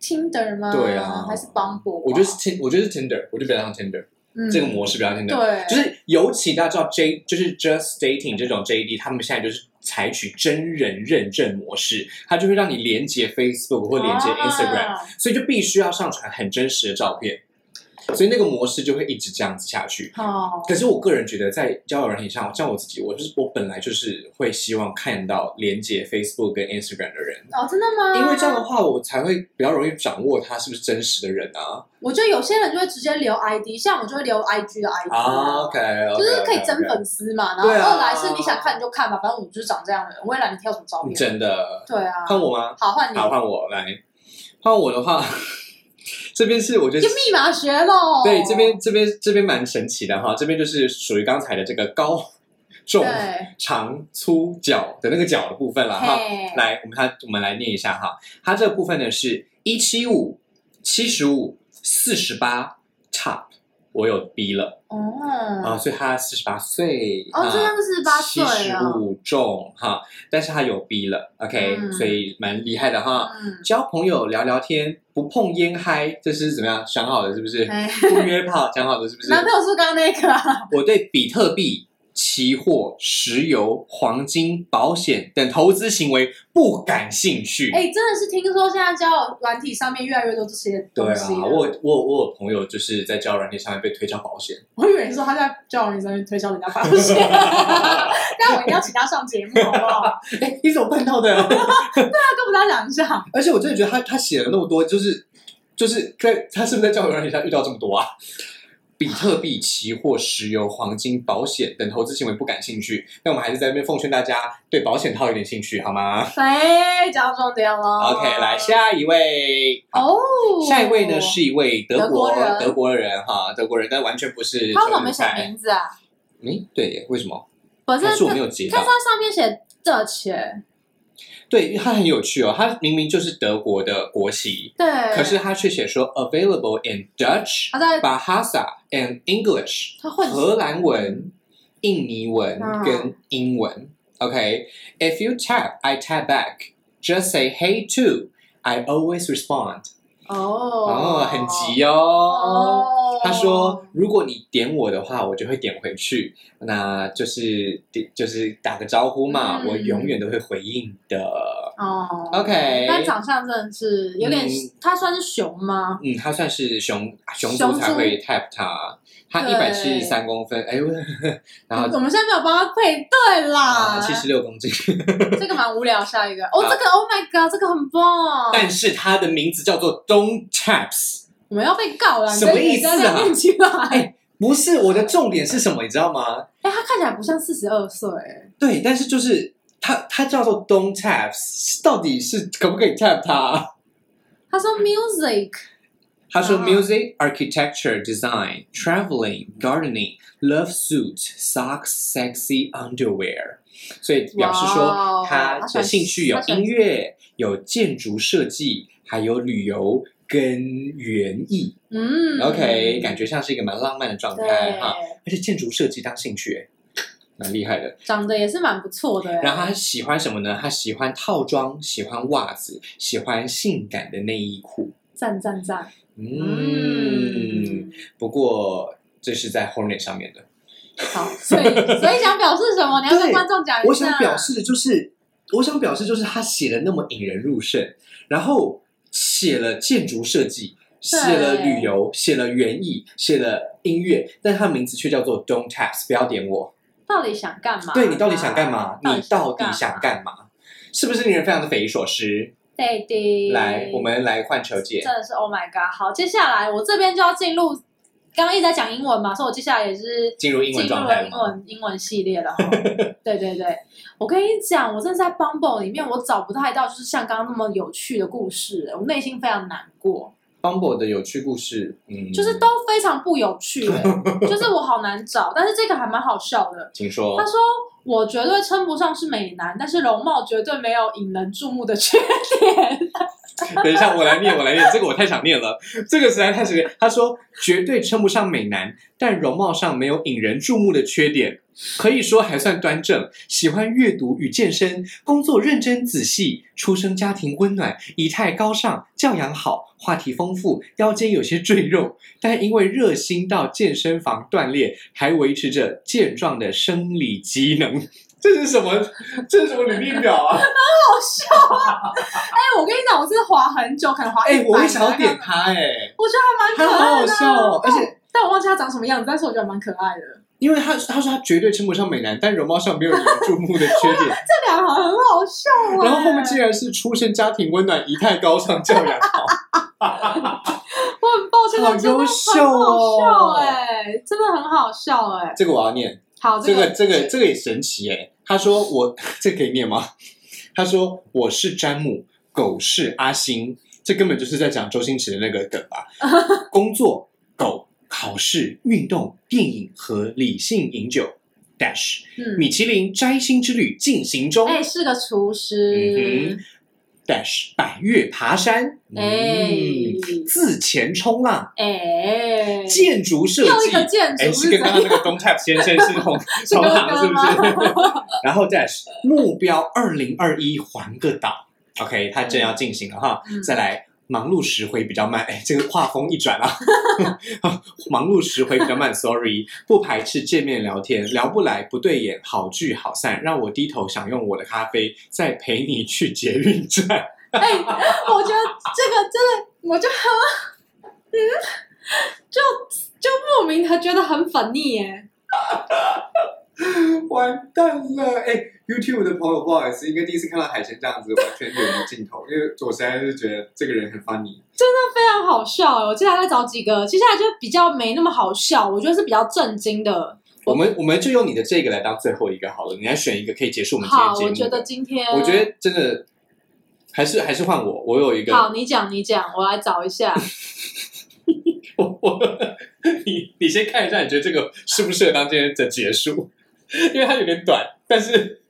B: Tinder 吗？
A: 对啊
B: 还是 Bumble？吧
A: 我觉得是 Tin，我觉得是 Tinder，我觉得比较像 Tinder、
B: 嗯
A: 这个模式比较像 Tinder，
B: 对，
A: 就是尤其大家知道 J 就是 Just Dating 这种 JD，他们现在就是采取真人认证模式，它就会让你连接 Facebook 或连接 Instagram，、
B: 啊
A: 所以就必须要上传很真实的照片，所以那个模式就会一直这样子下去。
B: 好，
A: 可是我个人觉得，在交友软体上，像我自己，我就是我本来就是会希望看到连接 Facebook 跟 Instagram 的人，
B: 哦，真的吗？
A: 因为这样的，话，我才会比较容易掌握他是不是真实的人啊。
B: 我觉得有些人就会直接留 ID，像我就会留 IG 的 ID
A: 啊，OK，
B: 嗯就是可以增。粉丝嘛。然后
A: 对啊
B: 二来是你想看你就看吧，反正我就是长这样的人，我也懒得挑什么照片。
A: 真的，
B: 对啊，
A: 看我吗？
B: 好换你，
A: 好，换我来。换我的话， 这边是我觉得
B: 就密码学喽。
A: 对这边这边这边蛮神奇的哈，这边就是属于刚才的这个高重
B: 对，
A: 长粗角的那个角的部分了哈。
B: 嘿，
A: 来，我们它我们来念一下哈，它这个部分呢是一七五、七十五、四十八 top，我有逼了啊、
B: 哦，
A: 所以他四十八岁啊
B: 哦，这样四十八岁
A: 七十
B: 啊，
A: 五重哈，但是他有逼了，OK，、
B: 嗯
A: 所以蛮厉害的哈。
B: 嗯，
A: 交朋友聊聊天，不碰烟嗨，这是怎么样？想好了是不是？
B: 哎，
A: 不约炮，想好了是不是？
B: 男朋友是不是刚刚那个啊，
A: 我对比特币、期货、石油、黄金、保险等投资行为不感兴趣。
B: 哎，真的是听说现在交友软体上面越来越多这些
A: 对
B: 东
A: 啊，
B: 西了。
A: 我有我有我有朋友就是在交友软件上面被推销保险，
B: 我以为你说他在交友软件上面推销人家保险， 但我一定要请他上节目，好不好？
A: 哎，你怎么办到的？
B: 要跟我们大家讲一下，
A: 而且我真的觉得他他写了那么多，就是就是在他是不是在交友软件上遇到这么多啊？比特币、期货、石油、黄金、保险等投资行为不感兴趣，那我们还是在那边奉劝大家对保险套有点兴趣好吗、
B: 哎，讲到重点了。
A: OK，来下一位。
B: 哦，
A: 下一位呢是一位德国
B: 德国人
A: 德国人哈，德国人，但完全不是
B: 他为什
A: 少
B: 么
A: 女
B: 没写
A: 派
B: 名字啊？
A: 嗯，对耶，为什么？
B: 不是，
A: 还是我
B: 看
A: 没有截
B: 看
A: 到
B: 他。上面写这钱，
A: 对，因为它很有趣哦，它明明就是德国的国旗，
B: 对，
A: 可是它却写说 available in Dutch、
B: 他啊在
A: Bahasa and English，
B: 他混
A: 荷兰文、印尼文
B: 嗯
A: 跟英文。OK，if、you tap, I tap back. Just say hey too. I always respond.
B: 哦
A: 哦，很急哦。
B: 哦。
A: 他说：“如果你点我的话，我就会点回去。那就是点，就是打个招呼嘛，
B: 嗯
A: 我永远都会回应的。
B: 哦
A: OK
B: 但长相真的是有点
A: 嗯，
B: 他算是熊吗？
A: 嗯，他算是熊啊熊
B: 熊
A: 猪
B: 猪
A: 才会 tap 他，他一
B: 对
A: 百七十三公分，哎呦， 然后啊
B: 我们现在没有帮他配对啦，
A: 七十六公斤，
B: 这个蛮无聊。下一个，哦，
A: 啊
B: 这个 Oh my God，这个很棒。
A: 但是他的名字叫做 Don Taps。
B: 我们要被告了，
A: 什么意思啊
B: 你在念起来， 哎、
A: 不是我的重点是什么，你知道吗？
B: 他看起来不像四十二岁，
A: 对，但是就是他，他叫做 Don Taps，到底是可不可以 tap 他啊？
B: 他说 music，
A: 他说
B: 啊
A: music, architecture, design, traveling, gardening, love suit, socks, sexy underwear，所以表示
B: 哇
A: 说
B: 哦
A: 他的
B: 他喜欢
A: 兴趣有
B: 他喜欢
A: 音乐、有建筑设计，还有旅游跟园艺。
B: 嗯
A: OK，感觉像是一个蛮浪漫的状态
B: 对
A: 哈，而且建筑设计当兴趣，蛮厉害的。
B: 长得也是蛮不错的、
A: 然
B: 欸。
A: 后他喜欢什么呢？他喜欢套装，喜欢袜子，喜欢性感的内衣裤。
B: 赞赞赞！
A: 嗯，，不过这是在 Hornet 上面的。
B: 好，所以所以想表示什么？你要跟观众讲一下。
A: 我想表示的就是，我想表示就是他写的那么引人入胜，然后写了建筑设计，写了旅游，写了园艺，写了音乐，但他名字却叫做 Don't Taps，不要点我。
B: 到底想干嘛？
A: 对你到底想干嘛？你啊到底
B: 想
A: 想
B: 干嘛？
A: 干嘛？是不是令人非常的匪夷所思？
B: 对的。
A: 来，我们来换球姐
B: 真。的是 Oh my God！好，接下来我这边就要进入，刚刚一直在讲英文嘛，所以我接下来也是
A: 进入英文
B: 进入
A: 状态了
B: 了英
A: 吗？
B: 文英文系列了哈。对对对，我跟你讲，我真的在 Bumble 里面，我找不太到就是像刚刚那么有趣的故事，我内心非常难过，
A: Bumble 的有趣故事，嗯，
B: 就是都非常不有趣、欸就是我好难找，但是这个还蛮好笑的。
A: 请说
B: 他，说：“我绝对称不上是美男，但是容貌绝对没有引人注目的缺点。
A: 等一下我来念，我来念，这个我太想念了，这个实在太神奇。他说绝对称不上美男，但容貌上没有引人注目的缺点，可以说还算端正，喜欢阅读与健身，工作认真仔细，出生家庭温暖，仪态高尚，教养好，话题丰富，腰间有些赘肉，但因为热心到健身房锻炼，还维持着健壮的生理机能。这是什么？这是什么履历表啊？”
B: 哎，我跟你讲，我是滑很久，可能滑
A: 哎、
B: 100
A: 我会想要点
B: 然后
A: 他哎、
B: 我觉得还
A: 他
B: 蛮可
A: 好
B: 爱
A: 好
B: 的啊、
A: 笑哦，而且
B: 但我忘记他长什么样子，但是我觉得蛮可爱的。
A: 因为他他说他绝对称不上美男，但容貌上没有引人注目的缺 点，
B: 这两行很好笑啊、
A: 然后后面竟然是出身家庭温暖、仪态高尚、教养好，
B: 我很抱歉，
A: 好
B: 我真的
A: 优秀
B: 很好笑
A: 哦！
B: 哎、真的很好笑哎、
A: 这个我要念，
B: 好，
A: 这个
B: 哦个
A: 这个这个也神奇哎、他说我这可以念吗？他说我是詹姆，狗是阿星，这根本就是在讲周星驰的那个梗 吧？工作狗，考试运动电影和理性饮酒 dash。
B: 嗯，
A: 米其林摘星之旅进行中。
B: 哎、是个厨师
A: 嗯，dash 百越爬山，
B: 哎
A: 嗯，自前冲浪，
B: 哎、
A: 嗯建筑设
B: 又一
A: 计
B: 个，建
A: 哎，
B: 筑
A: 是
B: 是
A: 跟
B: 怎
A: 刚
B: 样？
A: 刚那个东 tap 先生 是同
B: 是
A: 同
B: 哥
A: 行是不
B: 哥吗？
A: 是？ 然后 dash 目标二零二一环个岛，OK，他正要进行了哈，
B: 嗯
A: 再来。忙碌时回比较慢，哎，这个画风一转啊， 忙碌时回比较慢，sorry，不 排斥见面聊天，聊不来不对眼，好聚好散，让我低头享用我的咖啡，再陪你去捷运站。
B: 哎、我觉得这个真的，我就 很，嗯，就就莫名的觉得很粉腻哎耶。
A: 完蛋了！哎、y o u t u b e 的朋友，不好意思，应该第一次看到海鲜这样子，完全远离镜头，因为我实在是觉得这个人很 funny。
B: 非常好笑欸耶，我接下来再找几个，接下来就比较没那么好笑，我觉得是比较震惊的。
A: 我们我们就用你的这个来当最后一个好了，你来选一个可以结束我们今
B: 好，我
A: 天节
B: 觉
A: 目的。
B: 得今天，
A: 我觉得真的还是还是换我，我有一个，
B: 好，你讲你讲，我来找一下。
A: 我我你你先看一下，你觉得这个适不适合当今天的结束？因为它有点短，但是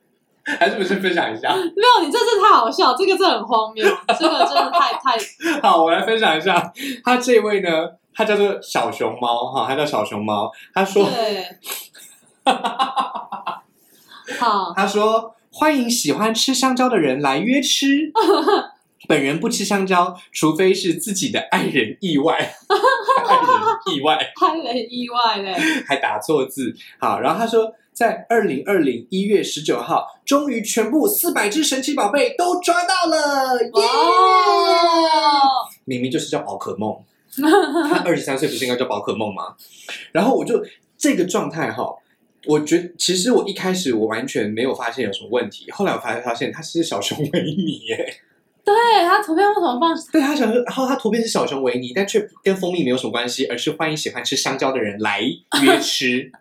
A: 还是不是分享一下？
B: 没有，你这次太好笑，这个真的很荒谬，这个真的太 太
A: 好，我来分享一下，他这位呢，他叫做小熊猫哈，他叫小熊猫，他说。
B: 对。 好，
A: 他说：“欢迎喜欢吃香蕉的人来约吃。本人不吃香蕉，除非是自己的爱人意外，爱人意外
B: 太人意外嘞。
A: 还打错字。好，然后他说，在二零二零一月十九号，终于全部四百只神奇宝贝都抓到了，耶、
B: 哦，
A: 明明就是叫宝可梦，他二十三岁不是应该叫宝可梦吗？然后我就这个状态哈，我觉得其实我一开始我完全没有发现有什么问题，后来我发发现他是小熊维尼耶，
B: 对他图片为什么放
A: 对他小熊，然后他图片是小熊维尼，但却跟蜂蜜没有什么关系，而是欢迎喜欢吃香蕉的人来约吃。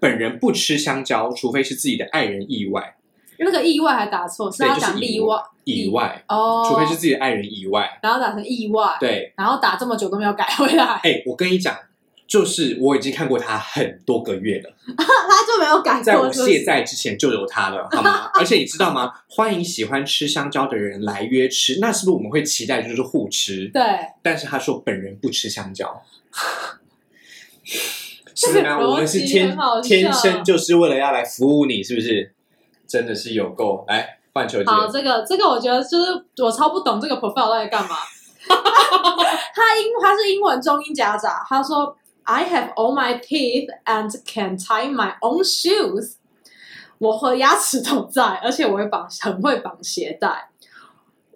A: 本人不吃香蕉，除非是自己的爱人意外，
B: 那个意外还打错，是
A: 对，
B: 要
A: 就
B: 讲
A: 是
B: 例
A: 意
B: 外
A: 外，意外，
B: 哦，
A: 除非是自己的爱人意外，
B: 然后打成意外，
A: 对。
B: 然后打这么久都没有改回 来，
A: 哎、我跟你讲，就是我已经看过他很多个月了，
B: 他就没有改
A: 在
B: 过
A: 我
B: 是不是
A: 卸载之前就有他了，好吗？而且你知道吗？欢迎喜欢吃香蕉的人来约吃，那是不是我们会期待就是互吃？
B: 对，
A: 但是他说本人不吃香蕉，是不是啊？
B: 这个逻辑
A: 我们是天
B: 很好笑
A: 天生就是为了要来服务你，是不是？真的是有够来换球姐，
B: 好，这个这个我觉得就是我超不懂这个 profile 到底干嘛。 他英他是英文中英夹杂，他说 I have all my teeth and can tie my own shoes。我和牙齿都在，而且我会绑，很会绑鞋带。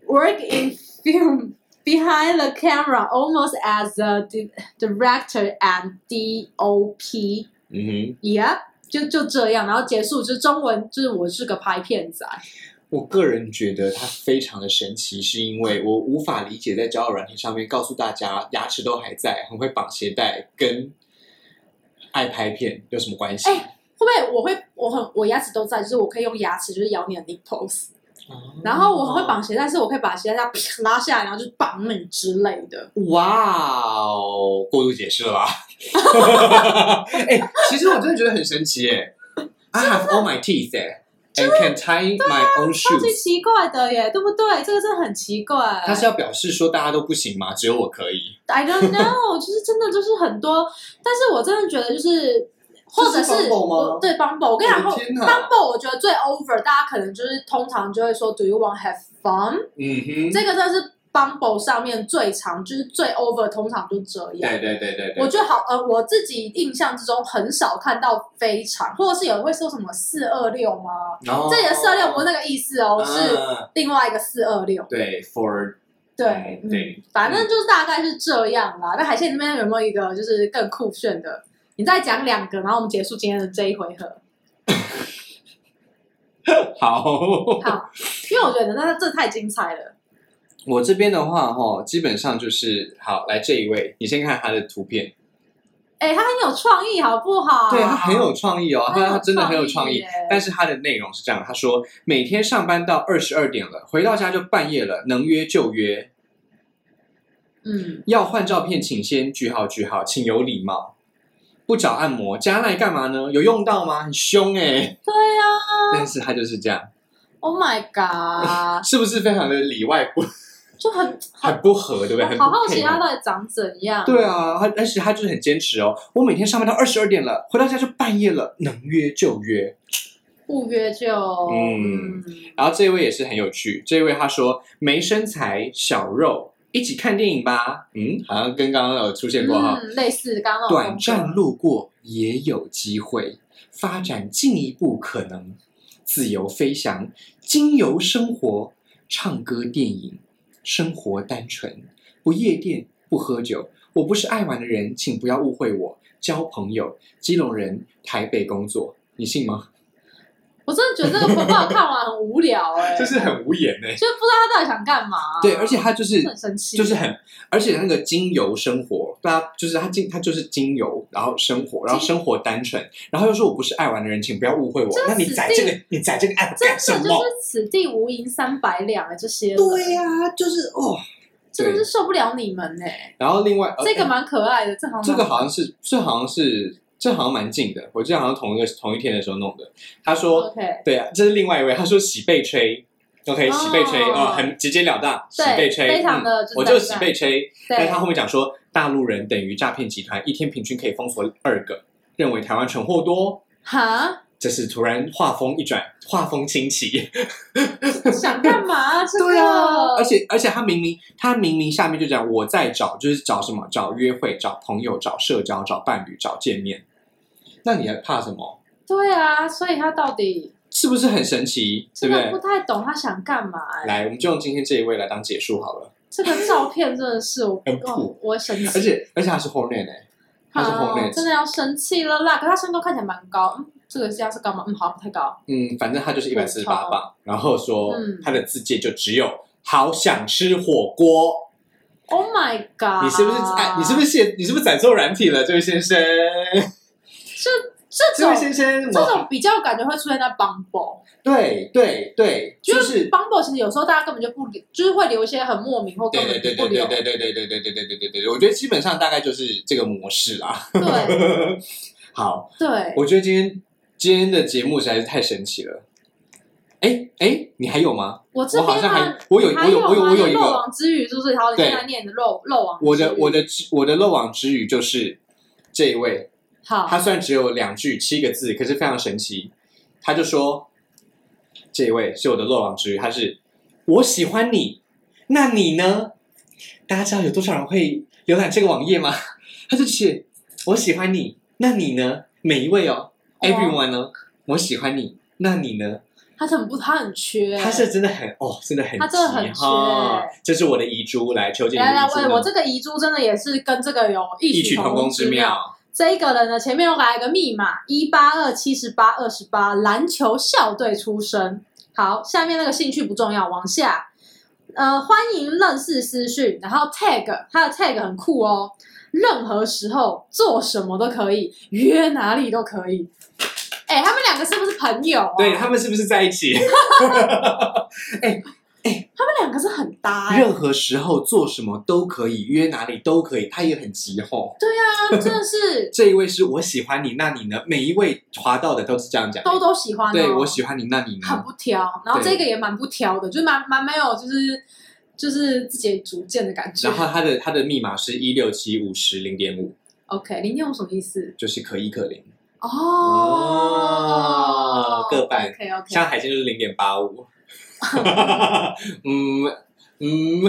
B: Work in film behind the camera almost as a di- director and DOP。
A: 嗯
B: Yeah，就就这样，然后结束就是中文，就是我是个拍片仔。
A: 哼，我个人觉得它非常的神奇，是因为我无法理解在交友软件上面告诉大家牙齿都还在，很会绑鞋带，跟爱拍片有什么关系？
B: 哎会不会我会我很我牙齿都在，就是我可以用牙齿就是咬你的 nipples，然
A: 嗯哦
B: 后我很会绑鞋带，但是我可以把鞋带这 样啪拉下来，然后就绑你之类的。
A: 哇哦，过度解释了吧？ 哎、其实我真的觉得很神奇哎、i have all my teeth 哎、and can tie my own
B: 超级
A: shoes。
B: 奇怪的耶，对不对？这个真的很奇怪。
A: 他是要表示说大家都不行吗？只有我可以，
B: I don't know，就是真的就是很多，但是我真的觉得就是，或者
A: 这是 Bumble 吗
B: 对 Bumble，我跟你讲
A: 我的天哪
B: Bumble，我觉得最 over，大家可能就是通常就会说 Do you want have fun？
A: 嗯哼，
B: 这个真的是 Bumble 上面最长，就是最 over，通常就这样。
A: 对对对对对，
B: 我觉得好，呃，我自己印象之中很少看到非常，或者是有人会说什么四二六吗？
A: 然后
B: 这里的四二六不是那个意思哦，是
A: 嗯
B: 另外一个四二六。
A: 对 for
B: 对，
A: 嗯
B: 嗯
A: 对，
B: 反正就是大概是这样啦。那海鲜那边有没有一个就是更酷炫的？你再讲两个，然后我们结束今天的这一回合。
A: 好。
B: 好，因为我觉得那这太精彩了。
A: 我这边的话哈，基本上就是好来这一位，你先看他的图片，
B: 哎，他很有创意，好不好？
A: 对他很有创意哦，
B: 很有
A: 他他真的很有创意
B: 耶。
A: 但是它的内容是这样，他说每天上班到二十二点了，回到家就半夜了，能约就约，
B: 嗯，
A: 要换照片请先句号句号，请有礼貌。不找按摩加赖干嘛呢？有用到吗？很凶哎、
B: 对呀、
A: 但是他就是这样，
B: o h my god，
A: 是不是非常的里外不
B: 就很
A: 很不合，对不对？ 很
B: 我
A: 不
B: 好好奇啊
A: 配合
B: 他到底长怎样。
A: 对啊，他而且他就是很坚持哦，我每天上班到二十二点了，回到家就半夜了，能约就约。
B: 不约就
A: 嗯然后这位也是很有趣，这位他说没身材小肉，一起看电影吧。嗯，好像跟刚刚有出现过哈、
B: 嗯，类似刚刚那种
A: 短暂路过也有机会，发展进一步可能，自由飞翔，经由生活，唱歌、电影，生活单纯，不夜店，不喝酒。我不是爱玩的人，请不要误会我。交朋友，基隆人，台北工作，你信吗？
B: 我真的觉得这个不好看完很无聊哎、
A: 这是很无言欸呢、
B: 就不知道他到底想干嘛。
A: 对，而且他就是
B: 很神奇，
A: 就是很，而且那个精油生活，大家就是他精，他就是精油，然后生活，然后生活单纯，然后又说我不是爱玩的人，请不要误会我
B: 真。
A: 那
B: 的
A: 你
B: 死
A: 载
B: 定
A: 这个，你载这个 app
B: 真的
A: 干什
B: 就是
A: 么？
B: 此地无银三百两哎，这些人
A: 对呀、就是哦。
B: 真的是受不了你们哎、
A: 然后另外、呃
B: 这个蛮可爱的，这好像
A: 这个好像是，这好像是，这好像蛮近的。我记得好像同一个同一天的时候弄的。他说，
B: OK，
A: 对啊，这是另外一位，他说洗背吹。OK，
B: 哦
A: 洗背吹啊、呃很直截了当，洗
B: 对
A: 背吹，
B: 非常的
A: 嗯
B: 就是
A: 我就
B: 这
A: 洗
B: 样
A: 背吹，但
B: 对
A: 他，后面讲说，大陆人等于诈骗集团，一天平均可以封锁二个，认为台湾蠢货多。
B: 哈，
A: 这是突然画风一转，画风清奇。
B: 想 干嘛？这个啊
A: 而且而且他明明他明明下面就讲我在找，就是找什么？找约会、找朋友、找社交、找伴侣、找见面。那你还怕什么？
B: 对啊，所以他到底
A: 是不是很神奇？对
B: 真
A: 不
B: 的不
A: 对？
B: 太懂他想干嘛哎、
A: 来，我们就用今天这一位来当结束好了。
B: 这个照片真的是我
A: 很酷
B: 哦我生气，
A: 而且而且他是 Hornet 哎、他是
B: 好
A: Hornet，
B: 呃真的要生气了啦！可他身高看起来蛮高，嗯，这个是要是高吗？嗯，好，不太高。
A: 嗯，反正他就是一百四十八
B: 超
A: 磅，然后说
B: 嗯
A: 他的字界就只有“好想吃火锅
B: Oh my ” god！
A: 你是不是哎？你是不是写？你是不是载错软体了，这位先生？
B: 这
A: 这位
B: 种
A: 先生，
B: 这
A: 我
B: 种比较感觉会出现在 Bumble？
A: 对对对，
B: 就
A: 就是是
B: Bumble 其实有时候大家根本就不理，就是会留一些很莫名或根
A: 对
B: 本
A: 对
B: 就
A: 对
B: 不
A: 对
B: 留
A: 对。对对对对对对对对对对，我觉得基本上大概就是这个模式啦。
B: 对
A: 好，
B: 对，
A: 我觉得今天今天的节目实在是太神奇了。哎哎，你还有吗？
B: 我这
A: 我好
B: 边
A: 像
B: 啊
A: 还，我有
B: 你还
A: 我有我有
B: 吗
A: 我有
B: 你
A: 一个
B: 漏网之鱼，是不是？好，你
A: 对
B: 现在念你的漏漏网之鱼。
A: 我的我的我的漏网之鱼就是这一位
B: 好，
A: 它虽然只有两句七个字，可是非常神奇。他就说：“这一位是我的漏网之鱼，他是我喜欢你，那你呢？”大家知道有多少人会浏览这个网页吗？他就写：“我喜欢你，那你呢？”每一位哦
B: 哇
A: ，everyone 哦，我喜欢你，那你呢？
B: 他很不，他很缺、
A: 他是真的很哦，真的很急
B: 他真的很缺
A: 哈这是我的遗珠，来求解你
B: 来
A: 的
B: 来，
A: 遗珠
B: 我我
A: 呢。
B: 这个遗珠真的也是跟这个有异
A: 异曲同工
B: 之
A: 之
B: 妙。
A: 妙，
B: 这一个人呢，前面有来个密码一八二七十八二十八，篮球校队出身。好，下面那个兴趣不重要，往下。呃，欢迎认识私讯，然后 tag 他的 tag 很酷哦，任何时候做什么都可以，约哪里都可以。哎、他们两个是不是朋友、啊？
A: 对他们是不是在一 起？
B: 他们两个是很搭、哎
A: 任何时候做什么都可以，约哪里都可以，他也很急吼。
B: 啊，真的是
A: 这一位是我喜欢你，那你呢？每一位滑到的都是这样讲的，
B: 都都喜欢、哦。
A: 啊对我喜欢你，那你
B: 很
A: 呢？
B: 不挑，然后
A: 对
B: 这个也蛮不挑的，就是蛮蛮没有就是就是自己主见的感觉
A: 然。后他的他的密码是一六七五十零点五，
B: OK，零点五什么意思？
A: 就是可一可零，
B: 哦
A: 哦，各半
B: OK OK，
A: 像海鲜就是零点八 五。嗯嗯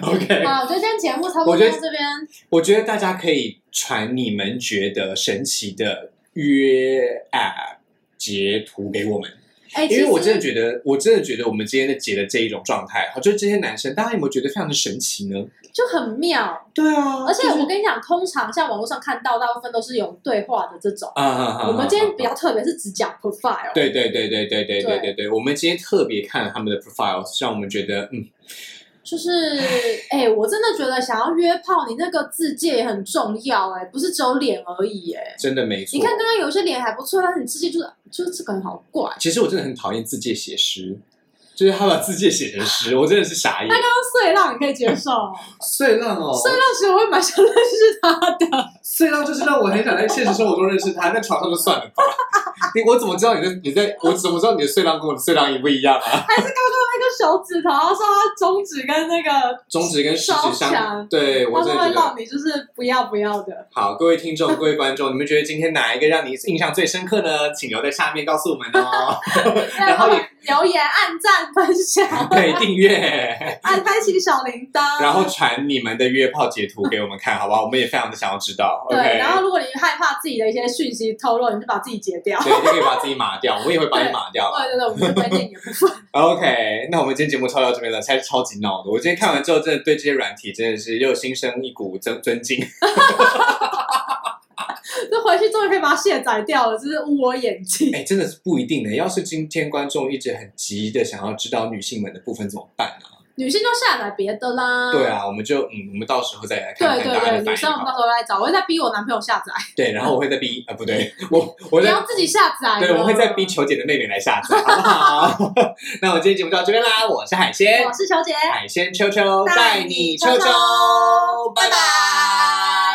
A: ，OK。
B: 好，就今天节目差不多
A: 我觉
B: 到
A: 得
B: 这边。
A: 我觉得大家可以传你们觉得神奇的约 App 截图给我们，
B: 哎，
A: 因
B: 其
A: 为
B: 实
A: 我真的觉得，我真的觉得我们今天的截的这一种状态，好，就是这些男生，大家有没有觉得非常的神奇呢？
B: 就很妙，
A: 对啊，
B: 而且
A: 就是
B: 我跟你讲，通常像网络上看到，大部分都是有对话的这种。
A: 啊啊啊，啊
B: 我们今天
A: 啊
B: 比较特别，是只讲 profile。
A: 对对对对对对
B: 对
A: 对对对，我们今天特别看了他们的 profile，让我们觉得嗯，
B: 就是，哎、我真的觉得想要约炮，你那个字界也很重要、哎，不是只有脸而已、哎。
A: 真的没错
B: 你。看刚刚有些脸还不错，但是你字界就是就是这个人好怪。
A: 其实我真的很讨厌自介写诗，就是他把自介写成诗，我真的是傻眼。
B: 刚碎浪你可以接受，
A: 碎浪哦，
B: 碎浪其实我会蛮想认识他的。
A: 碎浪就是让我很想在现实生活中认识他，在床上就算了吧。 你我怎么知道你的你在我怎么知道你的碎浪跟我的碎浪一不一样啊？
B: 还是刚刚那个手指头，他说他中指跟那个，
A: 中指跟食指
B: 烧香
A: 相，对我
B: 他
A: 真
B: 说
A: 的
B: 会
A: 觉得
B: 让你就是不要不要的。
A: 好。各位听 众，各位观众，你们觉得今天哪一个让你印象最深刻呢？请留在下面告诉我们 哦。 然后也
B: 留言、按赞、分 享、
A: 对，订阅，
B: 按开启小铃铛，
A: 然后传你们的约炮截图给我们看，好不好？我们也非常的想要知道。
B: 对
A: OK，
B: 然后如果你害怕自己的一些讯息透露，你就把自己截掉。
A: 对，就可以把自己码掉，我也会把你码掉。
B: 对对对，我们就推荐你的部分。
A: OK，那我们今天节目超到这边了，才是超级闹的。我今天看完之后，真的对这些软体真的是又心生一股尊尊 敬。
B: 就回去终于可以把它卸载掉了，就是捂我眼睛。
A: 哎，真的是不一定的。要是今天观众一直很急的想要知道女性们的部分怎么办呢、
B: 女性就下载别的啦。
A: 对。啊，我们就嗯，我们到时候再来看
B: 对
A: 看大家的
B: 对对，女
A: 反应
B: 生我们到
A: 好。
B: 时候来找，我会再逼我男朋友下载，
A: 对，然后我会再逼啊，不对，我我
B: 你
A: 在
B: 要自己下载。
A: 对，我会再逼。球姐的妹妹来下载，好不好？ 那我今天节目就到这边啦，我是海鲜
B: 我，是小姐，
A: 海鲜秋秋
B: 带
A: 带
B: 你
A: 你
B: 秋
A: 秋
B: 秋
A: 秋，拜
B: 拜
A: 拜。